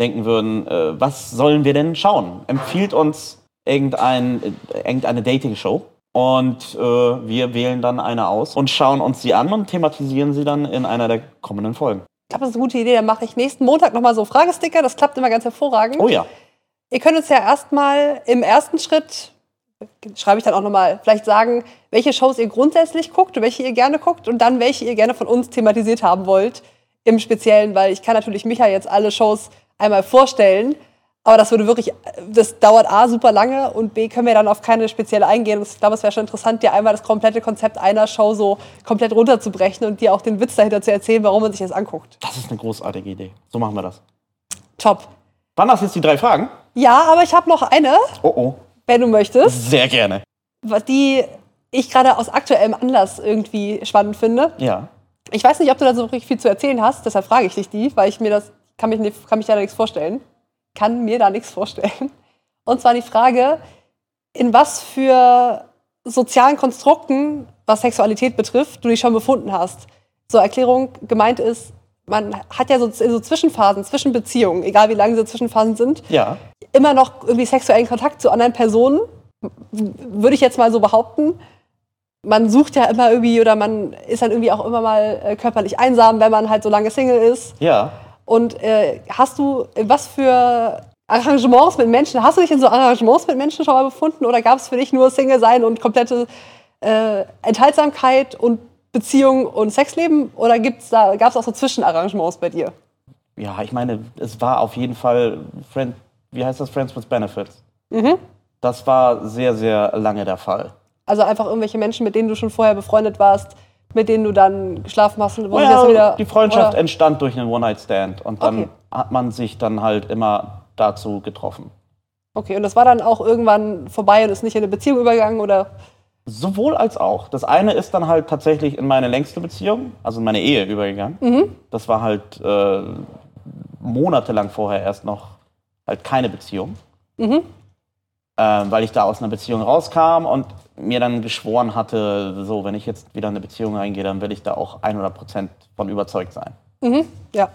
denken würden. Äh, was sollen wir denn schauen? Empfiehlt uns irgendein, äh, irgendeine Dating-Show und äh, wir wählen dann eine aus und schauen uns sie an und thematisieren sie dann in einer der kommenden Folgen. Ich glaube, das ist eine gute Idee. Dann mache ich nächsten Montag nochmal so Fragesticker. Das klappt immer ganz hervorragend. Oh ja, Ihr könnt uns ja erstmal im ersten Schritt, schreibe ich dann auch nochmal, vielleicht sagen, welche Shows ihr grundsätzlich guckt, und welche ihr gerne guckt und dann welche ihr gerne von uns thematisiert haben wollt. Im Speziellen, weil ich kann natürlich Micha jetzt alle Shows einmal vorstellen. Aber das würde wirklich, das dauert A super lange und B können wir dann auf keine spezielle eingehen. Und ich glaube, es wäre schon interessant, dir einmal das komplette Konzept einer Show so komplett runterzubrechen und dir auch den Witz dahinter zu erzählen, warum man sich das anguckt. das ist eine großartige Idee. So machen wir das. Top. Waren das jetzt die drei Fragen? Ja, aber ich habe noch eine, Oh oh, wenn du möchtest, sehr gerne. was- die ich gerade aus aktuellem Anlass irgendwie spannend finde. Ja. Ich weiß nicht, ob du da so wirklich viel zu erzählen hast, deshalb frage ich dich die, weil ich mir das, kann mich, nicht- kann mich da nichts vorstellen. Kann mir da nichts vorstellen. Und zwar die Frage, in was für sozialen Konstrukten, was Sexualität betrifft, du dich schon befunden hast. Zur Erklärung gemeint ist, man hat ja so, so Zwischenphasen, Zwischenbeziehungen, egal wie lang diese Zwischenphasen sind, Ja. immer noch irgendwie sexuellen Kontakt zu anderen Personen, würde ich jetzt mal so behaupten. Man sucht ja immer irgendwie oder man ist dann irgendwie auch immer mal äh, körperlich einsam, wenn man halt so lange Single ist. Ja. Und äh, hast du in was für Arrangements mit Menschen? Hast du dich in so Arrangements mit Menschen schon mal befunden oder gab es für dich nur Single sein und komplette äh, Enthaltsamkeit und Beziehung und Sexleben? Oder gibt's da gab es auch so Zwischenarrangements bei dir? ja, ich meine, es war auf jeden Fall, Friend, wie heißt das, Friends with Benefits. Mhm. Das war sehr, sehr lange der Fall. Also einfach irgendwelche Menschen, mit denen du schon vorher befreundet warst, mit denen du dann geschlafen hast. Und wo du Ja, jetzt wieder- die Freundschaft oder- entstand durch einen One-Night-Stand und dann Okay. hat man sich dann halt immer dazu getroffen. Okay, und das war dann auch irgendwann vorbei und ist nicht in eine Beziehung übergegangen oder? Sowohl als auch. Das eine ist dann halt tatsächlich in meine längste Beziehung, also in meine Ehe übergegangen. Das war halt äh, monatelang vorher erst noch halt keine Beziehung. Ähm, weil ich da aus einer Beziehung rauskam und mir dann geschworen hatte, so, wenn ich jetzt wieder in eine Beziehung reingehe, dann will ich da auch 100% von überzeugt sein. Ja.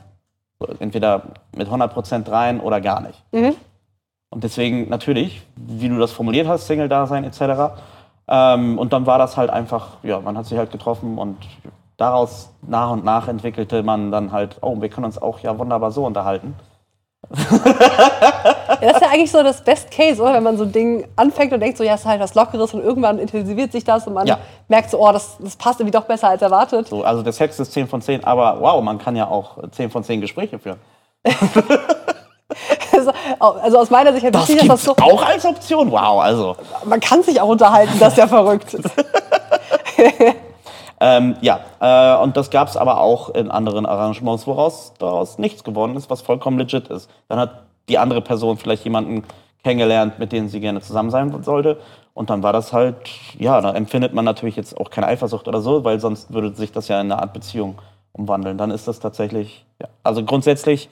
So, entweder mit 100% rein oder gar nicht. Mhm. Und deswegen natürlich, wie du das formuliert hast, Single-Dasein etc. Ähm, und dann war das halt einfach, ja, man hat sich halt getroffen und daraus nach und nach entwickelte man dann halt, oh, wir können uns auch ja wunderbar so unterhalten. ja. Das ist ja eigentlich so das Best Case, oder? Wenn man so ein Ding anfängt und denkt, so, ja, es ist halt was Lockeres und irgendwann intensiviert sich das und man Ja. merkt so, oh, das, das passt irgendwie doch besser als erwartet. So, also der Sex ist 10 von 10, aber wow, man kann ja auch 10 von 10 Gespräche führen. Also, also aus meiner Sicht Das ich gibt's auch als Option, wow, also. Man kann sich auch unterhalten, das ist ja verrückt. Ähm, ja, äh, und das gab es aber auch in anderen Arrangements, woraus daraus nichts geworden ist, was vollkommen legit ist. Dann hat die andere Person vielleicht jemanden kennengelernt, mit dem sie gerne zusammen sein sollte. Und dann war das halt, ja, da empfindet man natürlich jetzt auch keine Eifersucht oder so, weil sonst würde sich das ja in eine Art Beziehung umwandeln. Dann ist das tatsächlich, ja. also grundsätzlich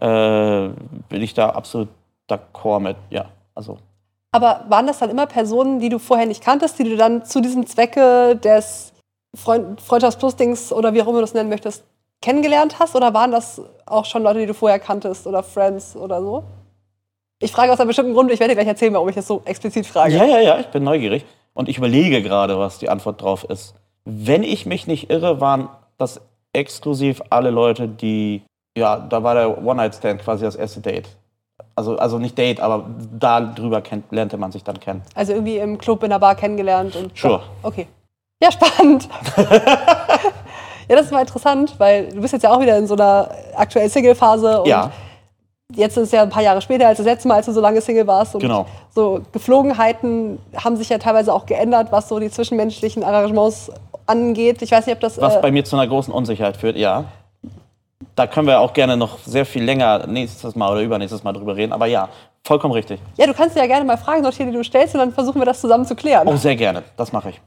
äh, bin ich da absolut d'accord mit, ja. Also Aber waren das dann immer Personen, die du vorher nicht kanntest, die du dann zu diesem Zwecke des Freund Freundschaftsplus-Dings oder wie auch immer du es nennen möchtest, kennengelernt hast? Oder waren das auch schon Leute, die du vorher kanntest oder Friends oder so? Ich frage aus einem bestimmten Grund, ich werde dir gleich erzählen, warum ich das so explizit frage. Ja, ja, ja, ich bin neugierig. Und ich überlege gerade, was die Antwort drauf ist. Wenn ich mich nicht irre, waren das exklusiv alle Leute, die. Ja, da war der One-Night-Stand quasi das erste Date. Also, also nicht Date, aber darüber kennt, lernte man sich dann kennen. Also irgendwie im Club, in der Bar kennengelernt und. Sure. Okay. Ja, spannend. ja, das ist mal interessant, weil du bist jetzt ja auch wieder in so einer aktuellen Single-Phase und ja, jetzt ist es ja ein paar Jahre später als das letzte Mal, als du so lange Single warst. Und Genau. so Geflogenheiten haben sich ja teilweise auch geändert, was so die zwischenmenschlichen Arrangements angeht. Ich weiß nicht, ob das. was äh, bei mir zu einer großen Unsicherheit führt, ja. Da können wir auch gerne noch sehr viel länger nächstes Mal oder übernächstes Mal drüber reden. Aber ja, vollkommen richtig. ja, du kannst dir ja gerne mal Fragen sortieren, die du stellst, und dann versuchen wir das zusammen zu klären. Oh, sehr gerne. Das mache ich.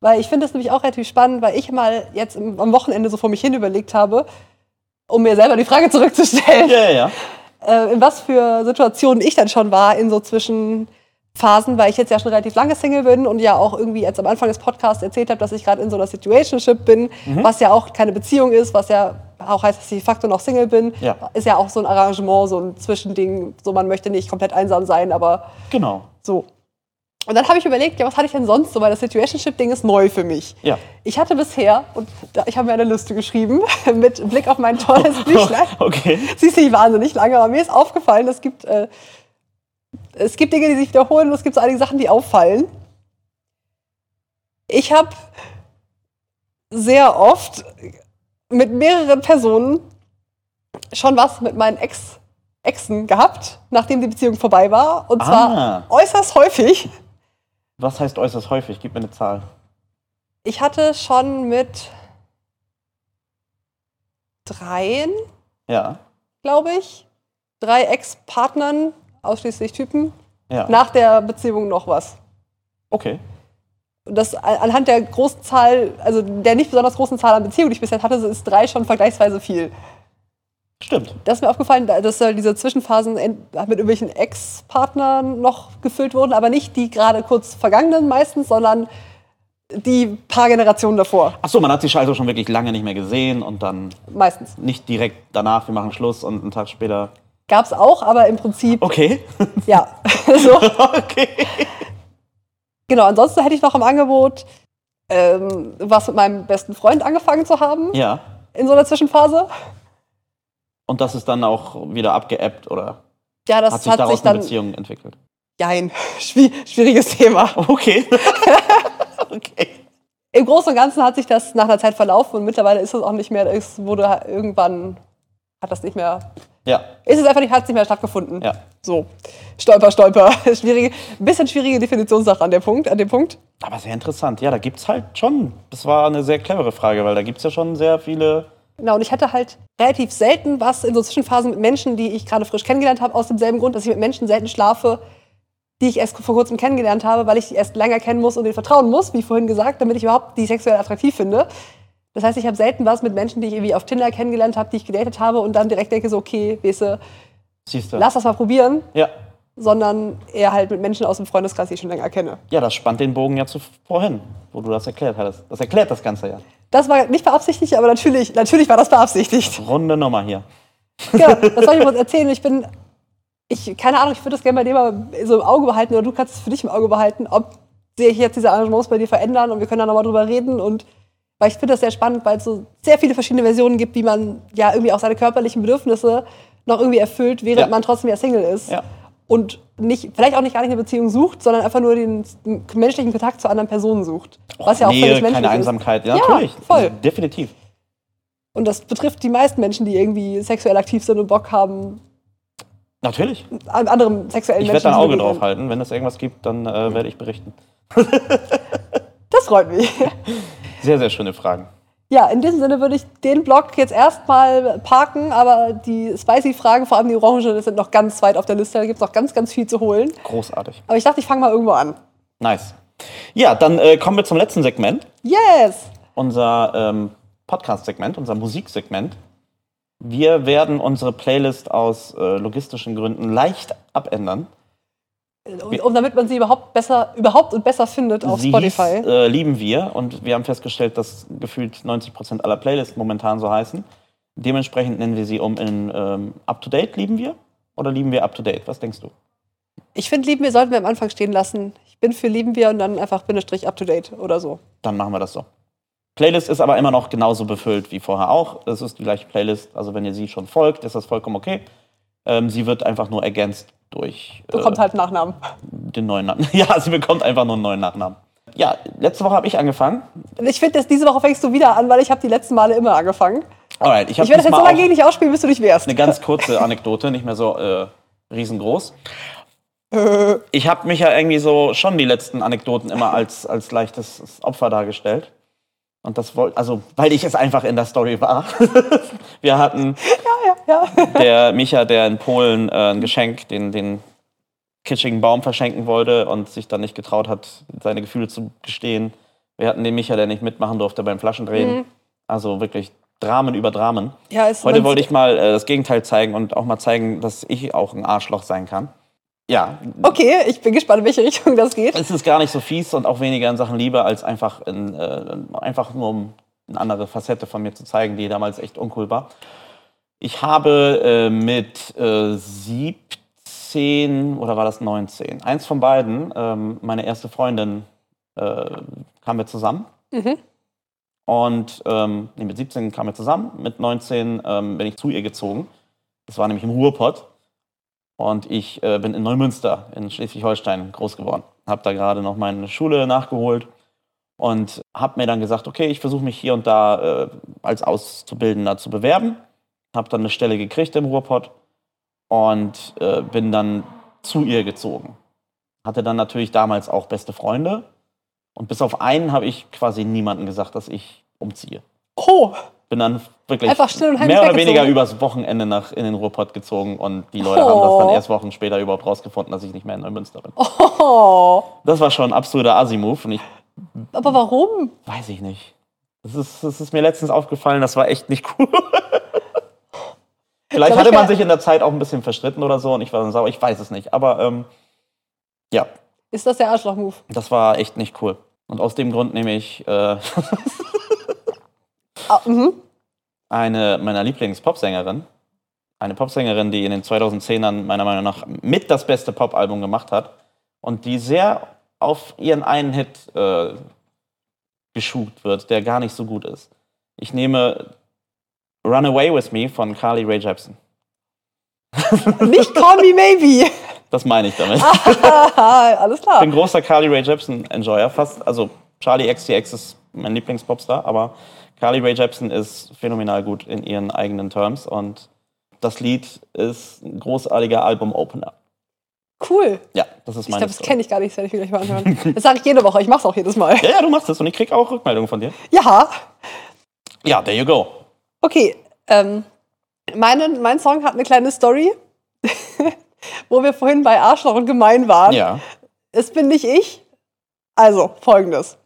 Weil ich finde es nämlich auch relativ spannend, weil ich mal jetzt im- am Wochenende so vor mich hin überlegt habe, um mir selber die Frage zurückzustellen. Ja, ja, ja. äh, in was für Situationen ich dann schon war in so Zwischenphasen, weil ich jetzt ja schon relativ lange Single bin und ja auch irgendwie jetzt am Anfang des Podcasts erzählt habe, dass ich gerade in so einer Situationship bin, Mhm. was ja auch keine Beziehung ist, was ja auch heißt, dass ich de facto noch Single bin, Ja. ist ja auch so ein Arrangement, so ein Zwischending, so man möchte nicht komplett einsam sein, aber Genau. so. Und dann habe ich überlegt, ja, was hatte ich denn sonst so, weil das Situationship-Ding ist neu für mich. Ja. Ich hatte bisher, und da, ich habe mir eine Liste geschrieben, mit Blick auf mein tolles Büchlein. Okay. Sie ist nicht wahnsinnig lange, aber mir ist aufgefallen, es gibt, äh, es gibt Dinge, die sich wiederholen und es gibt so einige Sachen, die auffallen. Ich habe sehr oft mit mehreren Personen schon was mit meinen Ex Exen gehabt, nachdem die Beziehung vorbei war. Und Ah. zwar äußerst häufig. Was heißt äußerst häufig? Gib mir eine Zahl. Ich hatte schon mit dreien Ja. glaube ich. Drei Ex-Partnern, ausschließlich Typen. Ja. Nach der Beziehung noch was. Okay. Und das a- anhand der großen Zahl, also der nicht besonders großen Zahl an Beziehungen, die ich bisher hatte, ist drei schon vergleichsweise viel. Stimmt. Das ist mir aufgefallen, da- dass äh, diese Zwischenphasen ent- mit irgendwelchen Ex-Partnern noch gefüllt wurden, aber nicht die gerade kurz vergangenen meistens, sondern die paar Generationen davor Achso, man hat sich also schon wirklich lange nicht mehr gesehen und dann meistens. nicht direkt danach, wir machen Schluss und einen Tag später. Gab's auch, aber im Prinzip, Okay. ja. so. okay. Genau, ansonsten hätte ich noch im Angebot, ähm, was mit meinem besten Freund angefangen zu haben Ja. in so einer Zwischenphase. Und das ist dann auch wieder abgeäppt oder Ja, das hat sich daraus eine dann. Beziehung entwickelt? Jein, schwi- schwieriges Thema. Okay. okay. Im Großen und Ganzen hat sich das nach einer Zeit verlaufen und mittlerweile ist es auch nicht mehr, es wurde halt irgendwann, hat das nicht mehr, Ja, ist es einfach nicht, hat es nicht mehr stattgefunden. ja. So, stolper, stolper. Schwierige, bisschen schwierige Definitionssache an, der Punkt, an dem Punkt. Aber sehr interessant. Ja, da gibt es halt schon. Das war eine sehr clevere Frage, weil da gibt es ja schon sehr viele. Genau, und ich hatte halt relativ selten was in so Zwischenphasen mit Menschen, die ich gerade frisch kennengelernt habe, aus demselben Grund, dass ich mit Menschen selten schlafe, die ich erst vor kurzem kennengelernt habe, weil ich die erst länger kennen muss und denen vertrauen muss, wie vorhin gesagt, damit ich überhaupt die sexuell attraktiv finde. Das heißt, ich habe selten was mit Menschen, die ich irgendwie auf Tinder kennengelernt habe, die ich gedatet habe und dann direkt denke so, okay, weißt du, Siehst du? lass das mal probieren, Ja. sondern eher halt mit Menschen aus dem Freundeskreis, die ich schon länger kenne. ja, das spannt den Bogen ja zu vorhin, wo du das erklärt hattest. Das erklärt das Ganze ja. Das war nicht beabsichtigt, aber natürlich, natürlich war das beabsichtigt. Runde Nummer hier. Genau, das soll ich kurz erzählen. Ich bin, ich, keine Ahnung, ich würde das gerne bei dir mal so im Auge behalten oder du kannst es für dich im Auge behalten, ob sich jetzt diese Arrangements bei dir verändern und wir können da nochmal drüber reden und weil ich finde das sehr spannend, weil es so sehr viele verschiedene Versionen gibt, wie man ja irgendwie auch seine körperlichen Bedürfnisse noch irgendwie erfüllt, während Ja. man trotzdem ja Single ist. Ja. Und nicht, vielleicht auch nicht gar nicht eine Beziehung sucht, sondern einfach nur den menschlichen Kontakt zu anderen Personen sucht. Was ja auch Nähe, völlig menschlich Oh, keine ist. Einsamkeit. Ja, Ja, natürlich. voll. Definitiv. Und das betrifft die meisten Menschen, die irgendwie sexuell aktiv sind und Bock haben, Natürlich. an anderem sexuellen Ich werde Menschen da ein zu Auge begegnen. drauf halten. Wenn es irgendwas gibt, dann äh, werde ich berichten. Das freut mich. Sehr, sehr schöne Fragen. Ja, in diesem Sinne würde ich den Blog jetzt erstmal parken, aber die Spicy-Fragen, vor allem die Orangen, das sind noch ganz weit auf der Liste. Da gibt es noch ganz, ganz viel zu holen. Großartig. Aber ich dachte, ich fange mal irgendwo an. Nice. Ja, dann äh, kommen wir zum letzten Segment. Yes! Unser ähm, Podcast-Segment, unser Musiksegment. Wir werden unsere Playlist aus äh, logistischen Gründen leicht abändern. Und, und damit man sie überhaupt besser, überhaupt und besser findet auf Sie Spotify. Hieß, äh, lieben wir und wir haben festgestellt, dass gefühlt 90% aller Playlists momentan so heißen. Dementsprechend nennen wir sie um in ähm, Up to Date lieben wir oder lieben wir Up to Date? Was denkst du? ich finde, lieben wir sollten wir am Anfang stehen lassen. Ich bin für lieben wir und dann einfach Bindestrich up to date oder so. Dann machen wir das so. Playlist ist aber immer noch genauso befüllt wie vorher auch. Es ist die gleiche Playlist. Also wenn ihr sie schon folgt, ist das vollkommen okay. Ähm, sie wird einfach nur ergänzt durch äh, Bekommt halt Nachnamen. den neuen Nachnamen. Ja, sie bekommt einfach nur einen neuen Nachnamen. Ja, letzte Woche habe ich angefangen. Und Ich finde, dass diese Woche fängst du wieder an, weil ich habe die letzten Male immer angefangen. Alright, ich habe Ich werde das jetzt so diesmal lange auch- gegen dich ausspielen, bis du dich wehrst. eine ganz kurze Anekdote, nicht mehr so äh, riesengroß. Ich habe mich ja irgendwie so schon die letzten Anekdoten immer als, als leichtes Opfer dargestellt. Und das wollte, also, weil ich es einfach in der Story war. Wir hatten Ja. der Micha, der in Polen äh, ein Geschenk, den, den kitschigen Baum verschenken wollte und sich dann nicht getraut hat, seine Gefühle zu gestehen. Wir hatten den Micha, der nicht mitmachen durfte beim Flaschendrehen. Also wirklich Dramen über Dramen. Ja, es- Heute man- wollte ich mal äh, das Gegenteil zeigen und auch mal zeigen, dass ich auch ein Arschloch sein kann. Ja, Okay, ich bin gespannt, in welche Richtung das geht. es ist gar nicht so fies und auch weniger in Sachen Liebe, als einfach, in, äh, einfach nur um eine andere Facette von mir zu zeigen, die damals echt uncool war. Ich habe äh, mit äh, 17 oder war das 19? Eins von beiden, ähm, meine erste Freundin, äh, kamen wir zusammen. Und ähm, nee, mit 17 kamen wir zusammen, mit 19 ähm, bin ich zu ihr gezogen. Das war nämlich im Ruhrpott. Und ich äh, bin in Neumünster in Schleswig-Holstein groß geworden. Habe da gerade noch meine Schule nachgeholt und habe mir dann gesagt, okay, ich versuche mich hier und da äh, als Auszubildender zu bewerben. Habe dann eine Stelle gekriegt im Ruhrpott und äh, bin dann zu ihr gezogen. Hatte dann natürlich damals auch beste Freunde. Und bis auf einen habe ich quasi niemandem gesagt, dass ich umziehe Oh, bin dann wirklich Einfach still und heimlich mehr oder weggezogen. weniger übers Wochenende nach in den Ruhrpott gezogen und die Leute haben das Oh. dann erst Wochen später überhaupt rausgefunden, dass ich nicht mehr in Neumünster bin. oh. Das war schon ein absoluter Asi-Move und ich Aber warum? weiß ich nicht. Das ist, das ist mir letztens aufgefallen, das war echt nicht cool. Vielleicht Glaub, hatte ich wär- man sich in der Zeit auch ein bisschen verstritten oder so und ich war dann sauer, ich weiß es nicht. Aber ähm, ja, Ist das der Arschloch-Move? das war echt nicht cool. Und aus dem Grund nehme ich äh, Ah, mhm. eine meiner Lieblings-Popsängerin. Eine Popsängerin, die in den 2010ern meiner Meinung nach mit das beste Popalbum gemacht hat und die sehr auf ihren einen Hit äh, geschubt wird, der gar nicht so gut ist. Ich nehme Run Away With Me von Carly Rae Jepsen. Nicht Call Me Maybe. Das meine ich damit. Haha, Alles Ich klar. bin großer Carly Rae Jepsen-Enjoyer. Fast, also Charlie XCX ist mein Lieblingspopstar, aber Carly Rae Jepsen ist phänomenal gut in ihren eigenen Terms und das Lied ist ein großartiger Album-Opener. Cool. Ja, das ist Ich meine glaube, das kenne ich gar nicht, das werde ich mir gleich mal anhören. Das sage ich jede Woche, ich mache es auch jedes Mal. Ja, ja, du machst das und ich krieg auch Rückmeldungen von dir. Ja, Ja, there you go. okay. Ähm, meine, mein Song hat eine kleine Story, wo wir vorhin bei Arschloch und Gemein waren. Ja. Es bin nicht ich. Also, folgendes.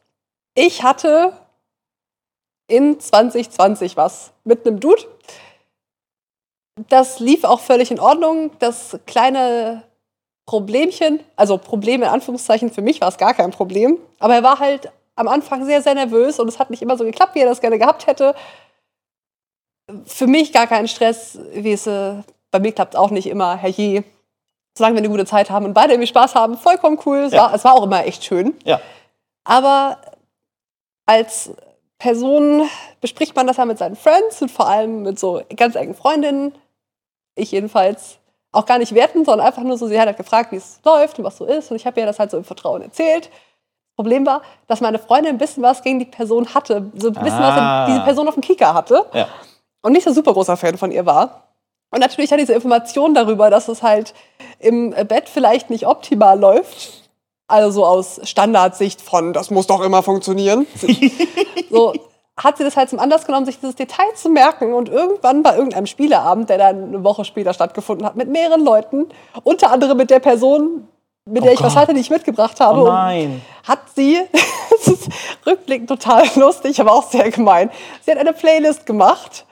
Ich hatte in 2020 was mit einem Dude. Das lief auch völlig in Ordnung. Das kleine Problemchen, also Problem in Anführungszeichen, für mich war es gar kein Problem. Aber er war halt am Anfang sehr, sehr nervös und es hat nicht immer so geklappt, wie er das gerne gehabt hätte. Für mich gar kein Stress, wie es äh, bei mir klappt auch nicht immer, herrje. Solange wir eine gute Zeit haben und beide irgendwie Spaß haben, vollkommen cool. Es, Ja. war, es war auch immer echt schön. Ja. Aber als Person bespricht man das ja mit seinen Friends und vor allem mit so ganz engen Freundinnen. Ich jedenfalls auch gar nicht werten, sondern einfach nur so, sie hat halt gefragt, wie es läuft und was so ist. Und ich habe ihr das halt so im Vertrauen erzählt. Problem war, dass meine Freundin ein bisschen was gegen die Person hatte, so ein bisschen Ah. was diese Person auf dem Kicker hatte Ja. und nicht so super großer Fan von ihr war. Und natürlich hat diese Information darüber, dass es halt im Bett vielleicht nicht optimal läuft. Also so aus Standardsicht von, das muss doch immer funktionieren. so hat sie das halt zum Anlass genommen, sich dieses Detail zu merken. Und irgendwann bei irgendeinem Spieleabend, der dann eine Woche später stattgefunden hat, mit mehreren Leuten, unter anderem mit der Person, mit Oh der ich was Gott. hatte, die ich mitgebracht habe. Oh Und nein. Hat sie, das ist rückblickend total lustig, aber auch sehr gemein, sie hat eine Playlist gemacht,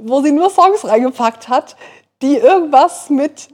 wo sie nur Songs reingepackt hat, die irgendwas mit,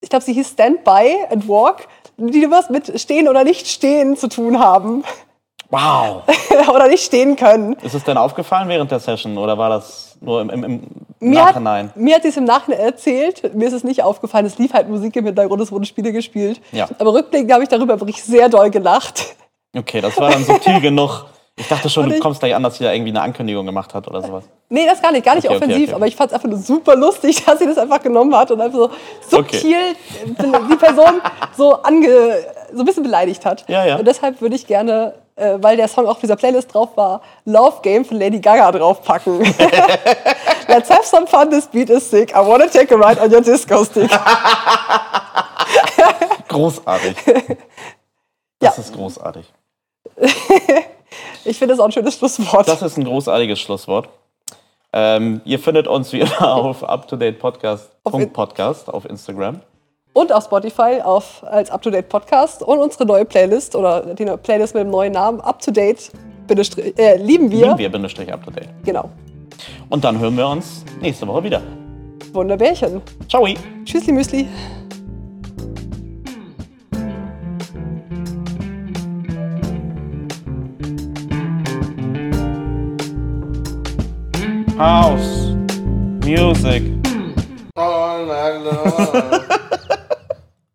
ich glaube, sie hieß Stand By and Walk, die was mit Stehen oder nicht Stehen zu tun haben Wow. oder nicht stehen können. Ist es denn aufgefallen während der Session oder war das nur im, im, im Mir hat, Nachhinein? mir hat sie es im Nachhinein erzählt. Mir ist es nicht aufgefallen. Es lief halt Musik im Hintergrund, es wurden Spiele gespielt. Ja. Aber rückblickend habe ich darüber wirklich sehr doll gelacht. Okay, das war dann subtil genug. Ich dachte schon, Und du ich- kommst gleich an, dass sie da irgendwie eine Ankündigung gemacht hat oder sowas. Nee, das gar nicht, gar nicht Okay, okay, offensiv, okay. aber ich fand es einfach nur super lustig, dass sie das einfach genommen hat und einfach so subtil die Person so ange, so ein bisschen beleidigt hat. Ja, ja. Und deshalb würde ich gerne, äh, weil der Song auch auf dieser Playlist drauf war, Love Game von Lady Gaga draufpacken. Let's have some fun, this beat is sick. I wanna take a ride on your disco stick. Großartig. Ja. Das ist großartig. Ich finde das auch ein schönes Schlusswort. Das ist ein großartiges Schlusswort. Ähm, ihr findet uns wie immer auf uptodatepodcast.podcast auf Instagram. und auf Spotify auf, als Up-to-Date Podcast und unsere neue Playlist oder die neue Playlist mit dem neuen Namen Up-to-Date Bindestrich- äh, lieben wir. Lieben wir Bindestrich uptodate. Genau. Und dann hören wir uns nächste Woche wieder. Wunderbärchen. Ciao. Tschüssli Müsli. House. Music. All night long.